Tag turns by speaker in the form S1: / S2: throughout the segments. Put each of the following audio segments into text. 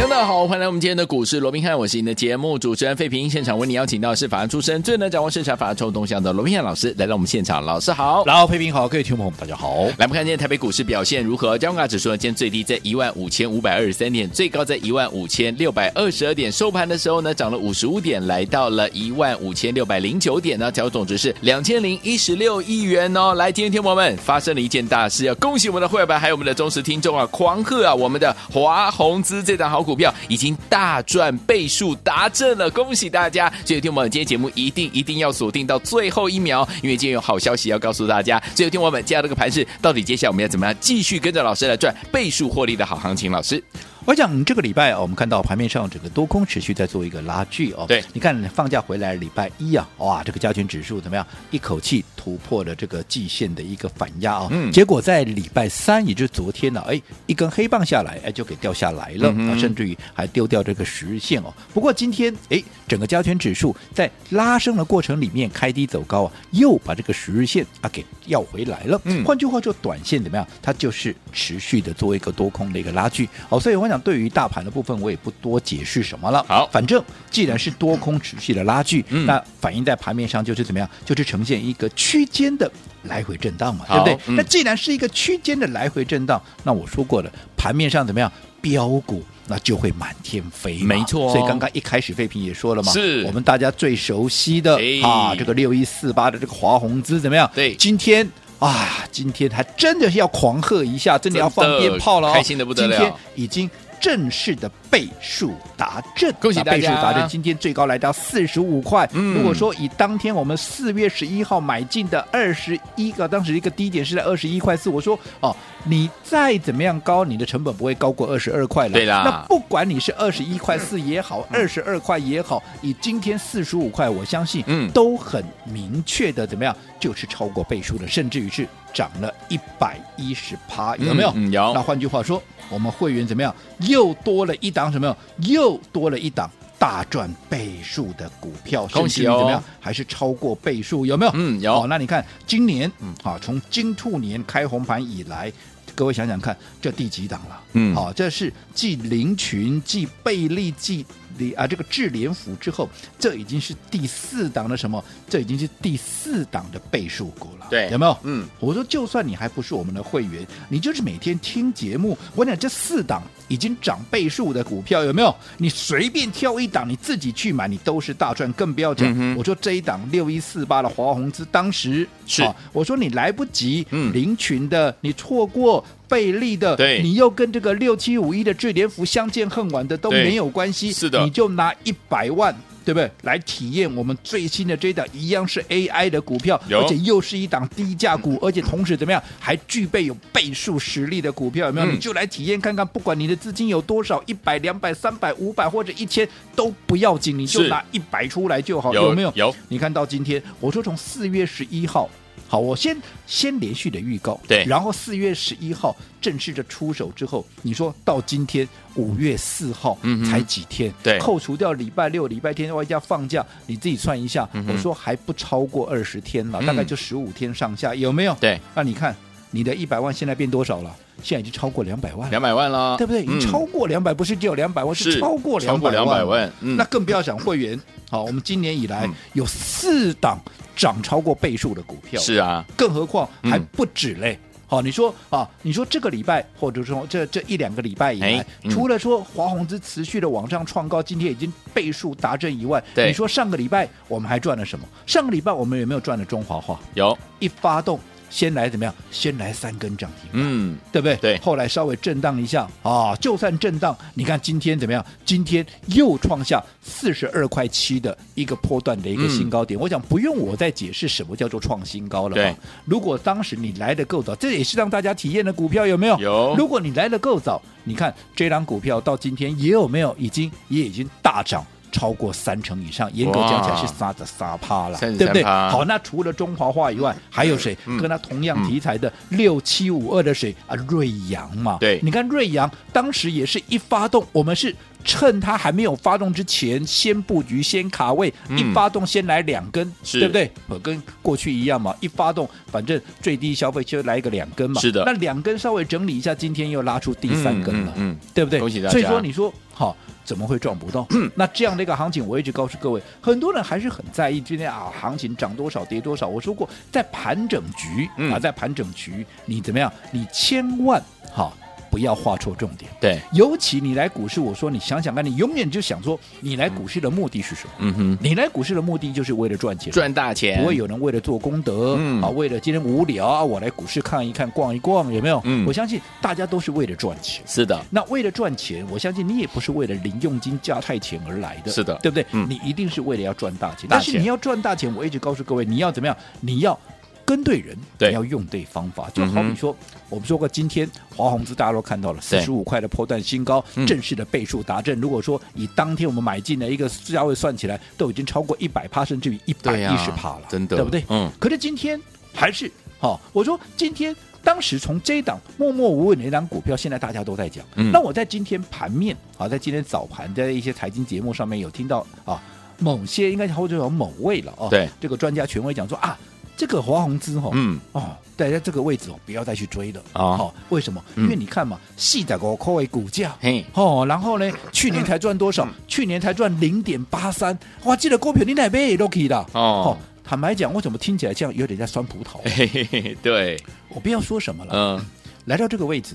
S1: 众大家好，欢迎来我们今天的股市罗宾汉，我是您的节目主持人费平。现场为您邀请到的是法案出身、最能掌握市场法案臭动向的罗宾汉老师来到我们现场，老师 好。
S2: 然后，佩平好，各位听众朋友们，大家好。
S1: 来，我们看今天台北股市表现如何？加权指数呢，今天最低在15,523点，最高在15,622点，收盘的时候呢，涨了55点，来到了15,609点呢，交易总值是2,016亿元哦。来，今天听众朋友们发生了一件大事，要恭喜我们的会员们，还有我们的忠实听众啊，狂贺啊，我们的华宏资这档好股票已经大赚倍数达阵了，恭喜大家！所以听我们今天节目一定一定要锁定到最后一秒，因为今天有好消息要告诉大家。所以听我们接下来这个盘势，到底接下来我们要怎么样继续跟着老师来赚倍数获利的好行情？老师，
S2: 我想这个礼拜啊，我们看到盘面上整个多空持续在做一个拉锯哦。
S1: 对
S2: 你看放假回来礼拜一啊，哇，这个加权指数怎么样？一口气突破了这个季线的一个反压哦。
S1: 嗯
S2: 结果在礼拜三，也就是昨天呢、哎，一根黑棒下来，哎，就给掉下来了、
S1: 嗯哼
S2: 啊，甚至于还丢掉这个十日线哦。不过今天，哎，整个加权指数在拉升的过程里面开低走高啊，又把这个十日线啊给要回来了。
S1: 嗯
S2: 换句话说，短线怎么样？它就是持续的做一个多空的一个拉锯。好，所以我想对于大盘的部分，我也不多解释什么了。
S1: 好
S2: 反正既然是多空持续的拉锯，
S1: 嗯
S2: 那反映在盘面上就是怎么样？就是呈现一个区间的来回震荡嘛，
S1: 好
S2: 对不对？
S1: 嗯
S2: 那既然是一个区间的来回震荡，那我说过了，盘面上怎么样？标股那就会满天飞嘛，
S1: 没错哦
S2: 所以刚刚一开始费平也说了嘛，
S1: 是
S2: 我们大家最熟悉的、
S1: 哎
S2: 啊，这个六一四八的这个华宏资怎么样？
S1: 对
S2: 今天。啊，今天还真的是要狂贺一下，真的要放鞭炮了、哦，
S1: 真的开心得不得了
S2: 今天已经正式的倍数达阵，
S1: 恭喜
S2: 那
S1: 大家
S2: 倍数达阵，今天最高来到四十五块。
S1: 嗯
S2: 如果说以当天我们四月十一号买进的二十一个，当时一个低点是在二十一块四，我说哦，你再怎么样高，你的成本不会高过二十二块了。
S1: 对啦嗯
S2: 那不管你是二十一块四也好，二十二块也好，以今天四十五块，我相信
S1: 嗯
S2: 都很明确的怎么样，就是超过倍数的，甚至于是涨了一百一十趴，有没有？
S1: 嗯嗯有
S2: 那换句话说，我们会员怎么样？又多了一档什么样？又多了一档大赚倍数的股票，
S1: 恭喜哦
S2: 甚至于怎么样？还是超过倍数，有没有？
S1: 嗯有
S2: 好，那你看今年，啊，从金兔年开红盘以来。各位想想看，这第几档了？
S1: 嗯
S2: 好、这是继林群、继贝利、继李啊这个智联府之后，这已经是第四档的什么？这已经是第四档的倍数股了，
S1: 对
S2: 有没有？
S1: 嗯，
S2: 我说，就算你还不是我们的会员，你就是每天听节目，我讲这四档已经涨倍数的股票有没有？你随便挑一档，你自己去买，你都是大赚，更不要讲。
S1: 嗯哼
S2: 我说这一档六一四八的华宏资，当时
S1: 是
S2: 啊我说你来不及，
S1: 嗯
S2: 林群的你错过。贝利的，
S1: 对
S2: 你又跟这个六七五一的智联福相见恨晚的都
S1: 对
S2: 没有关系，
S1: 是的
S2: 你就拿一百万，对不对？来体验我们最新的这一档，一样是 AI 的股票，
S1: 有
S2: 而且又是一档低价股，而且同时怎么样，还具备有倍数实力的股票，有没有？
S1: 嗯
S2: 你就来体验看看，不管你的资金有多少，一百、两百、三百、五百或者一千都不要紧，你就是拿一百出来就好，
S1: 有
S2: 没有？
S1: 有。
S2: 你看到今天，我说从四月十一号。好，我先先连续的预告，
S1: 对
S2: 然后四月十一号正式的出手之后，你说到今天五月四号
S1: 嗯哼
S2: 才几天，
S1: 对
S2: 扣除掉礼拜六、礼拜天外加放假，你自己算一下，
S1: 嗯哼
S2: 我说还不超过二十天了，
S1: 嗯
S2: 大概就十五天上下，有没有？
S1: 对，
S2: 那你看你的一百万现在变多少了？现在已经超过两百万了
S1: 两。百万了，
S2: 对不对？已经
S1: 嗯
S2: 超过两百、不是只有两百万，
S1: 是
S2: 超过
S1: 超
S2: 两
S1: 过
S2: 百
S1: 两百万，嗯
S2: 那，更不要讲会员。好，我们今年以来
S1: 嗯
S2: 有四档涨超过倍数的股票，
S1: 是啊，
S2: 更何况
S1: 嗯
S2: 还不止嘞。好，你说啊，你说这个礼拜或者说这这一两个礼拜以来
S1: 哎，嗯
S2: 除了说华宏资持续的往上创高，今天已经倍数达阵以外，
S1: 对
S2: 你说上个礼拜我们还赚了什么？上个礼拜我们有没有赚了中华化？
S1: 有，
S2: 一发动，先来怎么样？先来三根涨停板。
S1: 嗯，
S2: 对不对？
S1: 对
S2: 后来稍微震荡一下啊，就算震荡，你看今天怎么样？今天又创下四十二块七的一个波段的
S1: 嗯
S2: 一个新高点。我想不用我再解释什么叫做创新高了。
S1: 对，
S2: 如果当时你来的够早，这也是让大家体验的股票有没有？
S1: 有
S2: 如果你来的够早，你看这档股票到今天也有没有已经也已经大涨。超过三成以上，严格讲起来是杀的杀趴了，对不对？
S1: 33%
S2: 好，那除了中华化以外，还有谁？
S1: 嗯
S2: 跟它同样题材的六七五二的谁啊？瑞阳嘛，
S1: 对
S2: 你看瑞阳当时也是一发动，我们是。趁它还没有发动之前，先布局，先卡位，
S1: 嗯
S2: 一发动先来两根，
S1: 是
S2: 对不对？呃跟过去一样嘛，一发动反正最低消费就来一个两根嘛。
S1: 是的
S2: 那两根稍微整理一下，今天又拉出第三根了。
S1: 嗯，嗯嗯
S2: 对不对？
S1: 恭喜大家
S2: 所以说，你说好。怎么会撞 不到？那这样的一个行情，我一直告诉各位，很多人还是很在意今天啊，行情涨多少跌多少。我说过，在盘整局、
S1: 嗯
S2: 啊，在盘整局，你怎么样？你千万好不要画错重点。
S1: 对，
S2: 尤其你来股市，我说你想想看，你永远就想说，你来股市的目的是什么？
S1: 嗯哼，
S2: 你来股市的目的就是为了赚钱，
S1: 赚大钱，
S2: 不会有人为了做功德、
S1: 嗯
S2: 啊，为了今天无聊啊，我来股市看一看、逛一逛，有没有？
S1: 嗯
S2: 我相信大家都是为了赚钱。
S1: 是的，
S2: 那为了赚钱，我相信你也不是为了零用金加太钱而来的，
S1: 是的
S2: 对不对？
S1: 嗯
S2: 你一定是为了要赚大钱，
S1: 大钱
S2: 但是你要赚大钱，我一直告诉各位，你要怎么样？你要。跟对人，
S1: 对
S2: 你要用对方法，就好
S1: 嗯
S2: 比
S1: 哼
S2: 说，我们说过，今天华宏资大家都看到了四
S1: 对
S2: 十五块的破断新高
S1: 嗯，
S2: 正式的倍数达阵。如果说以当天我们买进的一个价位算起来，都已经超过一百趴，甚至于一百
S1: 对呀
S2: 一十趴了，
S1: 真的
S2: 对不对？
S1: 嗯，
S2: 可是今天还是好、我说今天当时从这一档默默无闻的一档股票，现在大家都在讲。
S1: 嗯
S2: 那我在今天盘面啊，在今天早盘在一些财经节目上面有听到啊，某些应该或者有某位了哦，
S1: 对，
S2: 这个专家权威讲说啊，这个华宏资哦，
S1: 嗯，
S2: 哦，对，在这个位置哦，不要再去追了
S1: 哦
S2: 好为什么？
S1: 嗯
S2: 因为你看嘛，细的我扣位股价，
S1: 嘿，
S2: 哦，然后呢，去年才赚多少？
S1: 嗯
S2: 去年才赚零点八三，哇，记得股票你哪杯都可以的
S1: 哦
S2: 坦白讲，为什么听起来这样有点在酸葡萄？ 啊
S1: 嘿嘿嘿，对，
S2: 我不要说什么了，
S1: 嗯，
S2: 来到这个位置，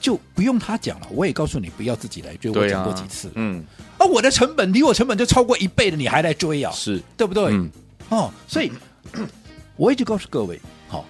S2: 就不用他讲了。我也告诉你，不要自己来追，我
S1: 对
S2: 讲
S1: 啊，
S2: 过几次了。
S1: 嗯，
S2: 啊，我的成本离我成本就超过一倍了，你还来追啊？
S1: 是，
S2: 对不对？
S1: 嗯，
S2: 哦，所以 我一直告诉各位，好、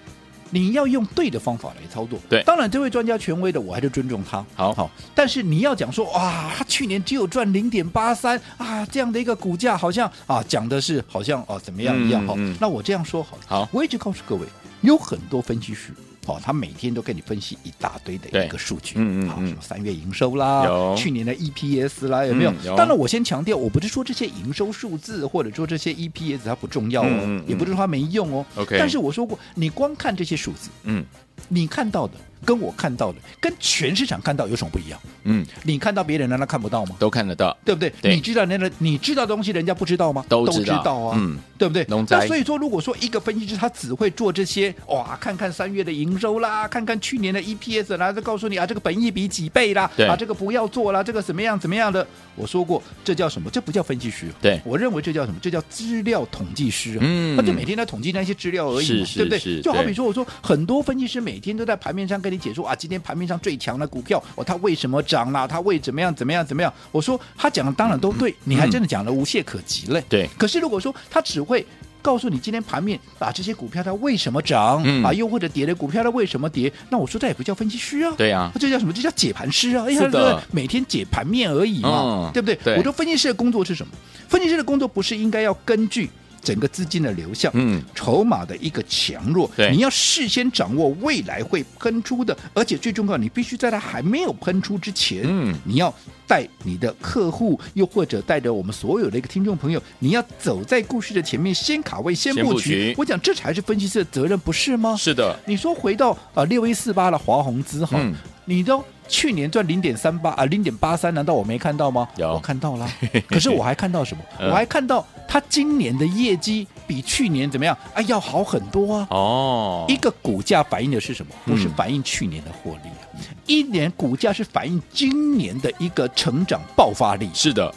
S2: 你要用对的方法来操作。
S1: 对
S2: 当然这位专家权威的，我还是尊重他。
S1: 好
S2: 哦好、但是你要讲说，哇，他去年只有赚零点八三啊，这样的一个股价，好像啊，讲的是好像哦怎么样一样
S1: 嗯
S2: 哈、
S1: 嗯
S2: 那我这样说好了，
S1: 好
S2: 我一直告诉各位，有很多分析师。哦，他每天都跟你分析一大堆的
S1: 对
S2: 一个数据，
S1: 嗯嗯
S2: 好，
S1: 嗯
S2: 什么三月营收啦
S1: 有，
S2: 去年的 EPS 啦，有没有？
S1: 嗯有
S2: 当然，我先强调，我不是说这些营收数字或者说这些 EPS 它不重要哦，
S1: 嗯嗯嗯
S2: 也不是说它没用哦。
S1: OK
S2: 但是我说过，你光看这些数字，
S1: 嗯
S2: 你看到的跟我看到的，跟全市场看到有什么不一样？
S1: 嗯，
S2: 你看到别人难道看不到吗？
S1: 都看得到，
S2: 对不对？
S1: 对
S2: 你知道人家你知道的东西，人家不知道吗？
S1: 都知
S2: 知
S1: 道
S2: 啊，
S1: 嗯，
S2: 对不对
S1: 拢？知
S2: 那所以说，如果说一个分析师他只会做这些，哇，看看三月的营收啦，看看去年的 EPS 啦，就告诉你啊，这个本益比几倍啦
S1: 对，
S2: 啊，这个不要做啦，这个怎么样怎么样的，我说过，这叫什么？这不叫分析师，啊
S1: 对
S2: 我认为这叫什么？这叫资料统计师啊，
S1: 嗯
S2: 他就每天在统计那些资料而已嘛，
S1: 是
S2: 对不
S1: 是是
S2: 对？就好
S1: 对
S2: 比说，我说很多分析师每天都在盘面上跟你解说啊，今天盘面上最强的股票，哦，它为什么涨啦？它为怎么样怎么样怎么样？我说他讲的当然都对，你还真的讲的无懈可击嘞。
S1: 对，
S2: 可是如果说他只会告诉你今天盘面把这些股票它为什么涨、
S1: 嗯
S2: 啊，又或者跌的股票它为什么跌，那我说这也不叫分析师啊。
S1: 对啊，
S2: 这叫什么？这叫解盘师啊！哎呀，
S1: 是的
S2: 这个每天解盘面而已嘛，
S1: 嗯
S2: 对不对？
S1: 对
S2: 我说分析师的工作是什么？分析师的工作不是应该要根据整个资金的流向，
S1: 嗯，
S2: 筹码的一个强弱，
S1: 对
S2: 你要事先掌握未来会喷出的，而且最重要，你必须在它还没有喷出之前，
S1: 嗯
S2: 你要带你的客户，又或者带着我们所有的一个听众朋友，你要走在故事的前面，先卡位，先
S1: 先布
S2: 布局
S1: 局。
S2: 我讲这才是分析师的责任，不是吗？
S1: 是的，
S2: 你说回到呃六一四八的华宏资哈，
S1: 嗯
S2: 你都去年赚零点三八啊零点八三，难道我没看到吗？
S1: 有
S2: 我看 到了。可是我还看到什么？
S1: 嗯
S2: 我还看到它今年的业绩比去年怎么样？啊，要好很多啊。
S1: 哦，
S2: 一个股价反映的是什么？
S1: 嗯
S2: 不是反映去年的获利啊，一年股价是反映今年的一个成长爆发力。
S1: 是的，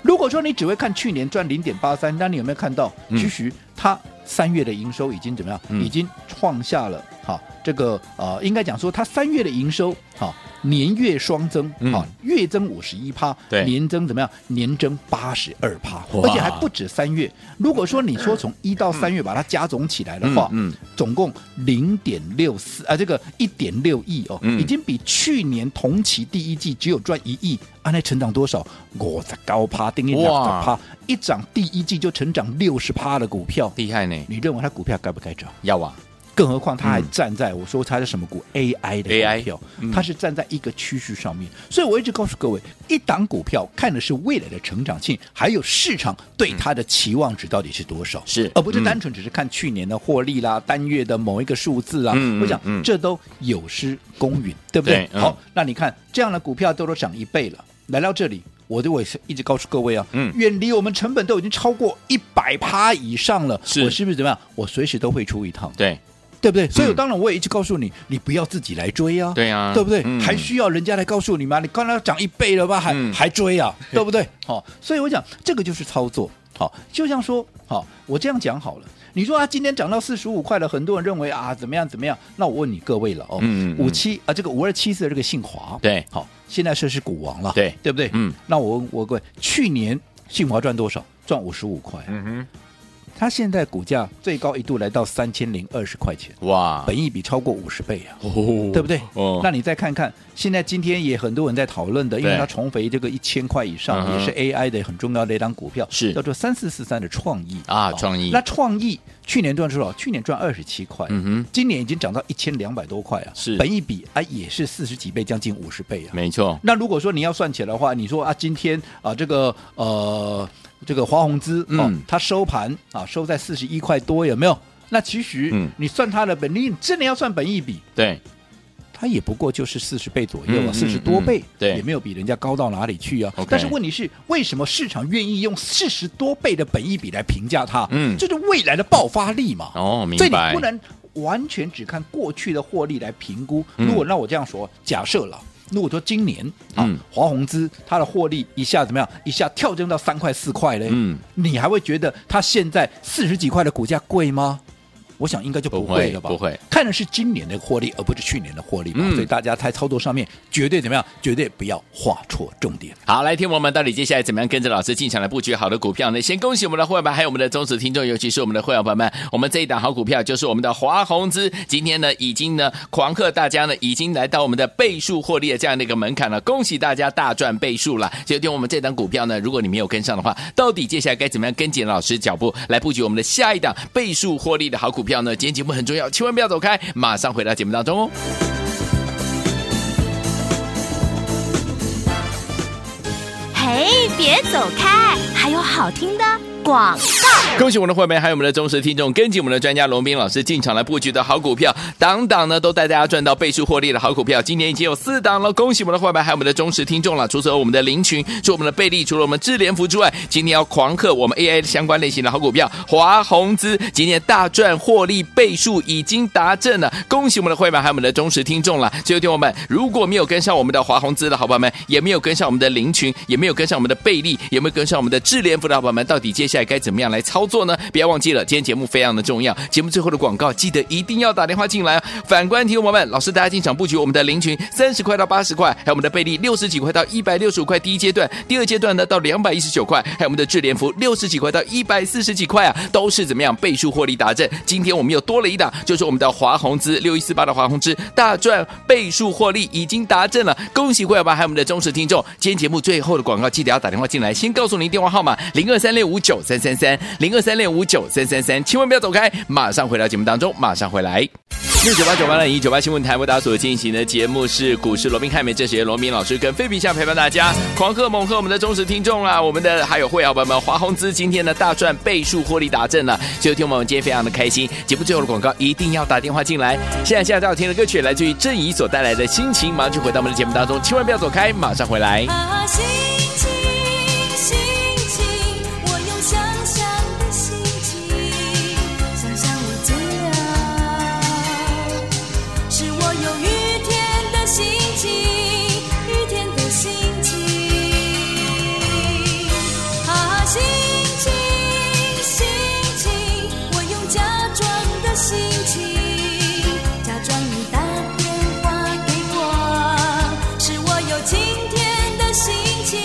S2: 如果说你只会看去年赚零点八三，那你有没有看到？
S1: 嗯
S2: 其实它三月的营收已经怎么样？
S1: 嗯
S2: 已经创下了哈这个呃，应该讲说它三月的营收哈年月双增
S1: 嗯
S2: 哈、月增五十一趴，
S1: 对
S2: 年增怎么样？年增八十二趴，
S1: 哇嗯
S2: 而且还不止三月。如果说你说从一到三月把它加总起来的话，
S1: 嗯嗯
S2: 总共零点六四啊，这个一点六亿哦，
S1: 嗯
S2: 已经比去年同期第一季只有赚一亿，按、啊、那成长多少？五十高趴，定义六十
S1: 哇
S2: 趴，一涨第一季就成长六十趴的股票，
S1: 厉害呢，
S2: 你认为它股票该不该涨？
S1: 要啊，
S2: 更何况它还站在、我说它是什么股 AI 的股票
S1: 嗯
S2: 它是站在一个趋势上面，所以我一直告诉各位，一档股票看的是未来的成长性，还有市场对它的期望值到底是多少，
S1: 是
S2: 而不是
S1: 嗯
S2: 单纯只是看去年的获利啦、单月的某一个数字啊
S1: 嗯嗯。
S2: 我想
S1: 嗯
S2: 这都有失公允，对不对
S1: 对？嗯
S2: 好，那你看这样的股票都都涨一倍了，来到这里。我对我也是一直告诉各位啊，
S1: 嗯
S2: 远离我们成本都已经超过一百趴以上了，
S1: 是
S2: 我是不是怎么样？我随时都会出一趟，
S1: 对
S2: 对不对？所以
S1: 嗯
S2: 当然我也一直告诉你，你不要自己来追啊，
S1: 对啊
S2: 对不对？
S1: 嗯
S2: 还需要人家来告诉你吗？你刚刚涨一倍了吧，还、
S1: 嗯
S2: 还 追啊，对不对？好、所以我讲这个就是操作。好，就像说，好、我这样讲好了。你说啊，今天涨到四十五块了，很多人认为啊，怎么样怎么样？那我问你各位了哦，
S1: 嗯嗯嗯
S2: 五七啊，这个五二七四的这个信华，
S1: 对
S2: 好，现在算是股王了，
S1: 对
S2: 对不对？
S1: 嗯，
S2: 那我问我各位，去年信华赚多少？赚五十五块，
S1: 嗯
S2: 它现在股价最高一度来到三千零二十块钱，
S1: 哼，哇，
S2: 本益比超过五十倍啊，
S1: 啊哦
S2: 对不对？
S1: 哦，
S2: 那你再看看，现在今天也很多人在讨论的，因为
S1: 对
S2: 它重回这个一千块以
S1: 嗯
S2: 上，
S1: 哼
S2: 也是 AI 的很重要的一档股票，
S1: 是
S2: 叫做三四四三的创意
S1: 啊
S2: 好
S1: 创意
S2: 那创意去年赚多少？去年赚二十七块，
S1: 嗯哼，
S2: 今年已经涨到一千两百多块啊，
S1: 是
S2: 本益比啊也是四十几倍，将近五十倍啊。
S1: 没错，
S2: 那如果说你要算起来的话，你说啊，今天啊，这个呃，这个华宏资哦，
S1: 嗯
S2: 它收盘啊，收在四十一块多，有没有？那其实、
S1: 嗯
S2: 你算它的本利，你真的要算本益比，
S1: 对，
S2: 它也不过就是四十倍左右
S1: 嗯
S2: 啊，四
S1: 嗯
S2: 十、多倍，
S1: 嗯对
S2: 也没有比人家高到哪里去啊。
S1: OK
S2: 但是问题是，为什么市场愿意用四十多倍的本益比来评价它？
S1: 嗯
S2: 这就是未来的爆发力嘛。
S1: 哦，明
S2: 所以你
S1: 白，
S2: 不能完全只看过去的获利来评估。
S1: 嗯
S2: 如果让我这样说，假设了。如果说今年啊
S1: 嗯，
S2: 华宏资它的获利一下怎么样？一下跳增到三块四块嘞，
S1: 嗯，
S2: 你还会觉得它现在四十几块的股价贵吗？我想应该就不会了吧？
S1: 不会不会
S2: 看的是今年的获利，而不是去年的获利嘛。
S1: 嗯
S2: 所以大家在操作上面绝对怎么样？绝对不要画错重点。
S1: 好，来，听我们到底接下来怎么样跟着老师进场来布局好的股票呢？先恭喜我们的会员们，还有我们的忠实听众，尤其是我们的会员朋友们，我们这一档好股票就是我们的华宏资，今天呢已经呢狂贺大家呢，已经来到我们的倍数获利的这样的一个门槛了，恭喜大家大赚倍数了。所以，对我们这档股票呢，如果你没有跟上的话，到底接下来该怎么样跟紧老师脚步来布局我们的下一档倍数获利的好股票呢？今天节目很重要，千万不要走开，马上回到节目当中哦。
S3: 嘿，别走开，还有好听的广。
S1: 恭喜我们的会员，还有我们的忠实听众，跟紧我们的专家龙斌老师进场来布局的好股票，档档呢都带大家赚到倍数获利的好股票，今年已经有四档了。恭喜我们的会员，还有我们的忠实听众了。除了我们的林群，除了我们的贝利，除了我们智联福之外，今天要狂贺我们 AI 相关类型的好股票华宏资，今年大赚获利倍数已经达阵了。恭喜我们的会员，还有我们的忠实听众了。最后听我们，如果没有跟上我们的华宏资的好朋友们，也没有跟上我们的林群，也没有跟上我们的贝利，也没有跟上我们的智联福的好朋友们，到底接下来该怎么样来操作呢？不要忘记了，今天节目非常的重要，节目最后的广告记得一定要打电话进来哦。反观听众朋友们，老师大家进场布局我们的林群三十块到八十块，还有我们的贝利六十几块到一百六十五块第一阶段，第二阶段呢到两百一十九块，还有我们的智联福六十几块到一百四十几块啊，都是怎么样倍数获利达阵？今天我们又多了一档，就是我们的华宏资六一四八的华宏资大赚倍数获利已经达阵了，恭喜会员吧，还有我们的忠实听众。今天节目最后的广告记得要打电话进来，先告诉您电话号码零二三六五九三三三零二三六五九三三三，千万不要走开，马上回到节目当中，马上回来。六九八九八零一九八新闻台为大家所进行的节目是股市罗宾汉美，这是罗宾老师跟菲比夏陪伴大家狂贺猛贺我们的忠实听众啊啦，我们的还有会员伙伴们，华宏资今天呢大赚倍数获利达阵了，所以听我们今天非常的开心。节目最后的广告一定要打电话进来。现在下到听的歌曲来自于郑怡所带来的心情，马上就回到我们的节目当中，千万不要走开，马上回来。
S4: 啊，心情，心情，我用想象的心情，想象我自由，是我有雨天的心情，雨天的心情。啊，心情，心情，我用假装的心情，假装你打电话给我，是我有晴天的心情。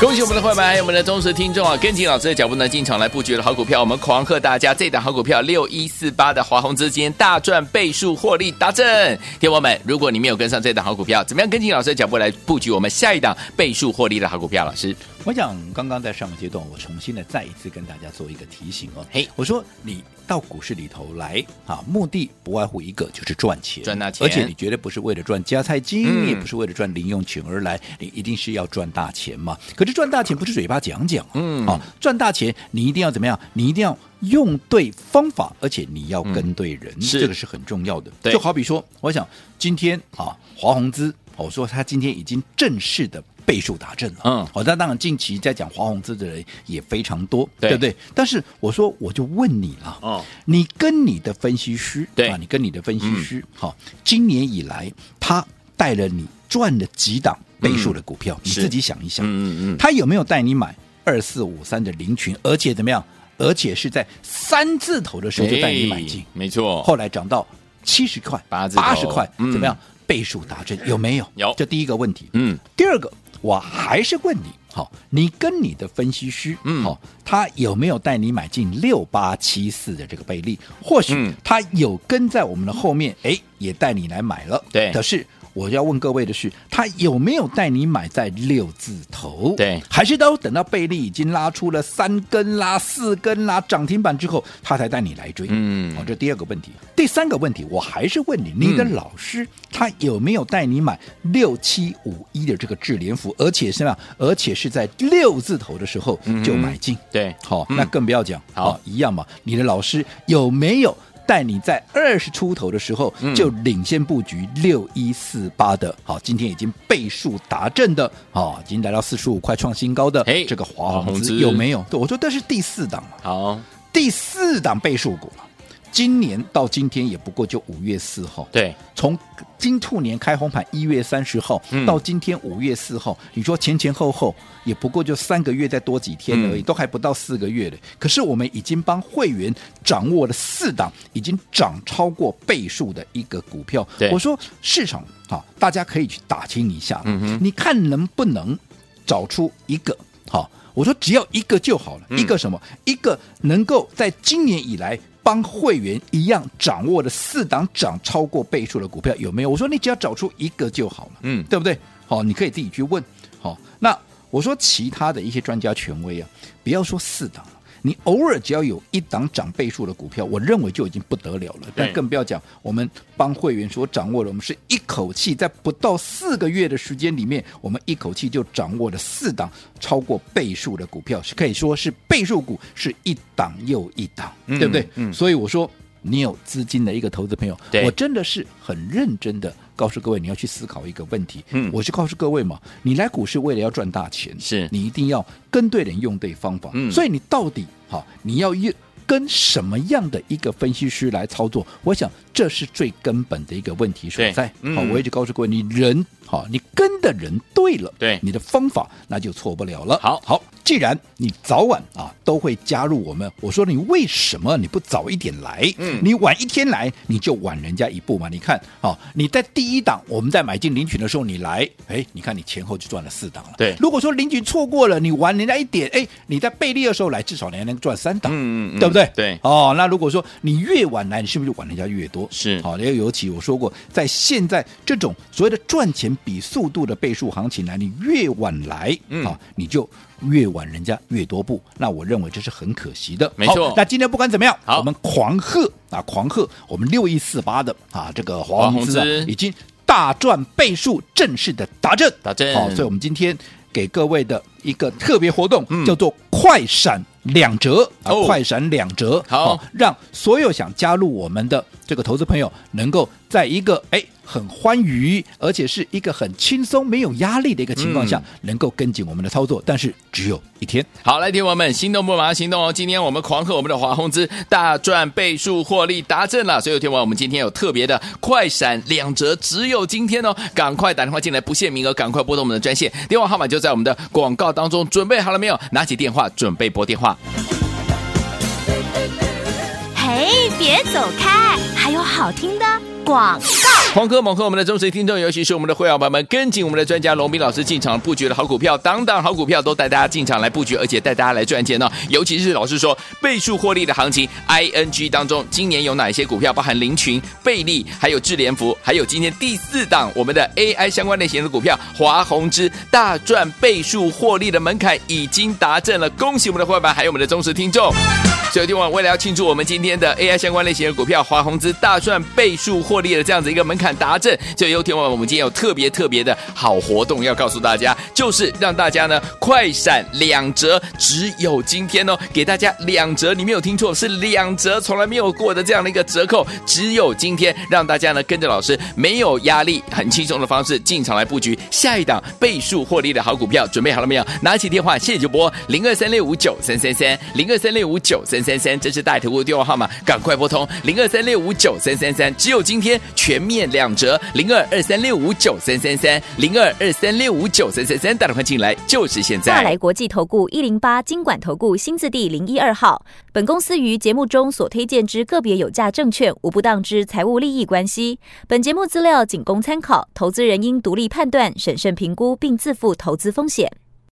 S1: 恭喜我们的会员，还有我们的忠实听众啊！跟紧老师的脚步呢，进场来布局的好股票，我们狂贺大家这档好股票六一四八的华宏资今天大赚倍数获利达阵。天王们，如果你没有跟上这档好股票，怎么样跟紧老师的脚步来布局我们下一档倍数获利的好股票？老师，
S2: 我想刚刚在上个阶段，我重新的再一次跟大家做一个提醒哦。
S1: 嘿
S2: 我说你到股市里头来啊，目的不外乎一个就是赚钱，
S1: 赚大钱
S2: 而且你绝对不是为了赚加菜金，
S1: 嗯
S2: 你也不是为了赚零用钱而来，你一定是要赚大钱嘛。可是赚大钱不是嘴巴讲讲、啊，
S1: 嗯
S2: 啊，赚大钱你一定要怎么样？你一定要用对方法，而且你要跟对人，
S1: 嗯是
S2: 这个是很重要的。
S1: 对
S2: 就好比说，我想今天啊，华宏资，我说他今天已经正式的倍数达阵了，
S1: 嗯
S2: 好、哦那当然近期在讲华宏资的人也非常多，
S1: 对
S2: 不对？但是我说我就问你了，
S1: 哦，
S2: 你跟你的分析师，
S1: 对嗯
S2: 啊，你跟你的分析师，好、今年以来他带了你赚了几档倍数的股票，你
S1: 嗯是
S2: 自己想一想，
S1: 嗯嗯嗯，
S2: 他有没有带你买二四五三的零群？而且怎么样？而且是在三字头的时候就带你买进
S1: 哎，没错，
S2: 后来涨到七十块、
S1: 八字头
S2: 八十块，
S1: 嗯
S2: 怎么样？倍数达阵有没有？
S1: 有
S2: 这第一个问题。
S1: 嗯，
S2: 第二个，我还是问你，好，你跟你的分析师，
S1: 嗯
S2: 好，他有没有带你买进六八七四的这个倍利？或许
S1: 嗯
S2: 他有跟在我们的后面，哎，也带你来买了。
S1: 对
S2: 可是。我要问各位的是，他有没有带你买在六字头？
S1: 对
S2: 还是都等到贝利已经拉出了三根啦、四根啦涨停板之后，他才带你来追？
S1: 嗯
S2: 好、这第二个问题。第三个问题，我还是问你，你的
S1: 嗯
S2: 老师、他有没有带你买六七五一的这个智联服，而且是吧，而且是在六字头的时候就买进？
S1: 嗯对，
S2: 好、
S1: 嗯
S2: 那更不要讲，
S1: 好
S2: 哦一样嘛。你的老师有没有带你在二十出头的时候
S1: 嗯
S2: 就领先布局六一四八的？好、今天已经倍数达阵的，哦，已经来到四十五块创新高的
S1: 嘿
S2: 这个华
S1: 华宏
S2: 宏资
S1: 资
S2: 有没有？对，我说这是第四档嘛，
S1: 好，
S2: 第四档倍数股了。今年到今天也不过就五月四号，
S1: 对，
S2: 从金兔年开红盘一月三十号、
S1: 嗯
S2: 到今天五月四号，你说前前后后也不过就三个月再多几天而已，
S1: 嗯
S2: 都还不到四个月嘞。可是我们已经帮会员掌握了四档已经涨超过倍数的一个股票
S1: 对。
S2: 我说市场啊，大家可以去打听一下，
S1: 嗯哼
S2: 你看能不能找出一个好。我说只要一个就好了，
S1: 嗯
S2: 一个什么？一个能够在今年以来帮会员一样掌握的四档涨超过倍数的股票有没有？我说你只要找出一个就好了，
S1: 嗯
S2: 对不对？好，你可以自己去问。好，那我说其他的一些专家权威啊，不要说四档了。你偶尔只要有一档涨倍数的股票，我认为就已经不得了了。但
S1: 对
S2: 更不要讲我们帮会员所掌握的，我们是一口气在不到四个月的时间里面，我们一口气就掌握了四档超过倍数的股票，是可以说是倍数股是一档又一档，
S1: 嗯
S2: 对不对？
S1: 嗯
S2: 所以我说。你有资金的一个投资朋友
S1: 对，
S2: 我真的是很认真的告诉各位，你要去思考一个问题。
S1: 嗯
S2: 我是告诉各位嘛，你来股市为了要赚大钱，
S1: 是
S2: 你一定要跟对人，用对方法。
S1: 嗯
S2: 所以你到底好，你要用跟什么样的一个分析师来操作？我想这是最根本的一个问题所在。好、
S1: 对嗯
S2: 我一直告诉各位，你人好，你跟的人对了，
S1: 对
S2: 你的方法那就错不了了。
S1: 好
S2: 好，既然你早晚啊都会加入我们，我说你为什么你不早一点来？
S1: 嗯
S2: 你晚一天来，你就晚人家一步嘛。你看，好、你在第一档我们在买进林群的时候你来，哎，你看你前后就赚了四档了。
S1: 对
S2: 如果说林群错过了，你晚人家一点，哎，你在贝利的时候来，至少你还能赚三档。
S1: 嗯
S2: 对不对？
S1: 对，
S2: 哦，那如果说你越晚来，你是不是就晚人家越多？
S1: 是
S2: 好，因为尤其我说过，在现在这种所谓的赚钱比速度的倍数行情来，你越晚来，
S1: 嗯
S2: 好，你就越晚人家越多步。那我认为这是很可惜的。
S1: 没错
S2: 好那今天不管怎么样，
S1: 好
S2: 我们狂贺啊，狂贺我们六一四八的啊，这个
S1: 华
S2: 华
S1: 宏
S2: 宏资啊
S1: 资
S2: 已经大赚倍数，正式的达阵，
S1: 达阵
S2: 好，所以我们今天给各位的一个特别活动、
S1: 嗯
S2: 叫做快闪两折啊，
S1: 哦
S2: 快快闪两折，
S1: 好
S2: 让所有想加入我们的这个投资朋友能够在一个哎很欢愉，而且是一个很轻松、没有压力的一个情况下，能够跟紧我们的操作，但是只有一天。
S1: 好，来，听友们，心动不马上行动哦！今天我们狂贺我们的华宏资大赚倍数获利达阵了，所以有听完我们今天有特别的快闪两折，只有今天哦！赶快打电话进来，不限名额，赶快拨通我们的专线，电话号码就在我们的广告当中。准备好了没有？拿起电话，准备拨电话。
S3: 嘿，别走开，还有好听的广告。
S1: 狂哥猛喝我们的忠实听众，尤其是我们的会员朋友们，跟紧我们的专家龙斌老师进场布局的好股票，档档好股票都带大家进场来布局，而且带大家来赚钱哦。尤其是老师说倍数获利的行情，ING 当中今年有哪一些股票，包含林群、贝利，还有智联福，还有今天第四档我们的 AI 相关类型的股票华宏之大赚倍数获利的门槛已经达阵了，恭喜我们的会员们，还有我们的忠实听众。所以，今晚为了要庆祝我们今天的 AI 相关类型的股票华宏资大赚倍数获利的这样子一个门槛达阵，所以，有天晚我们今天有特别特别的好活动要告诉大家，就是让大家呢快闪两折，只有今天哦，给大家两折，你没有听错，是两折，从来没有过的这样的一个折扣，只有今天，让大家呢跟着老师没有压力，很轻松的方式进场来布局下一档倍数获利的好股票，准备好了没有？拿起电话现在就拨零二三六五九三三三零二三六五九三三三，这是大图的电话号码，赶快拨通零二三六五九三三三，只有今天全面两折，零二二三六五九三三三零二二三六五九三三三，打电话进来就是现在。
S3: 大来国际投顾一零八金管投顾新字第零一二号。本公司于节目中所推荐之个别有价证券，无不当之财务利益关系。本节目资料仅供参考，投资人应独立判断、审慎评估，并自负投资风险。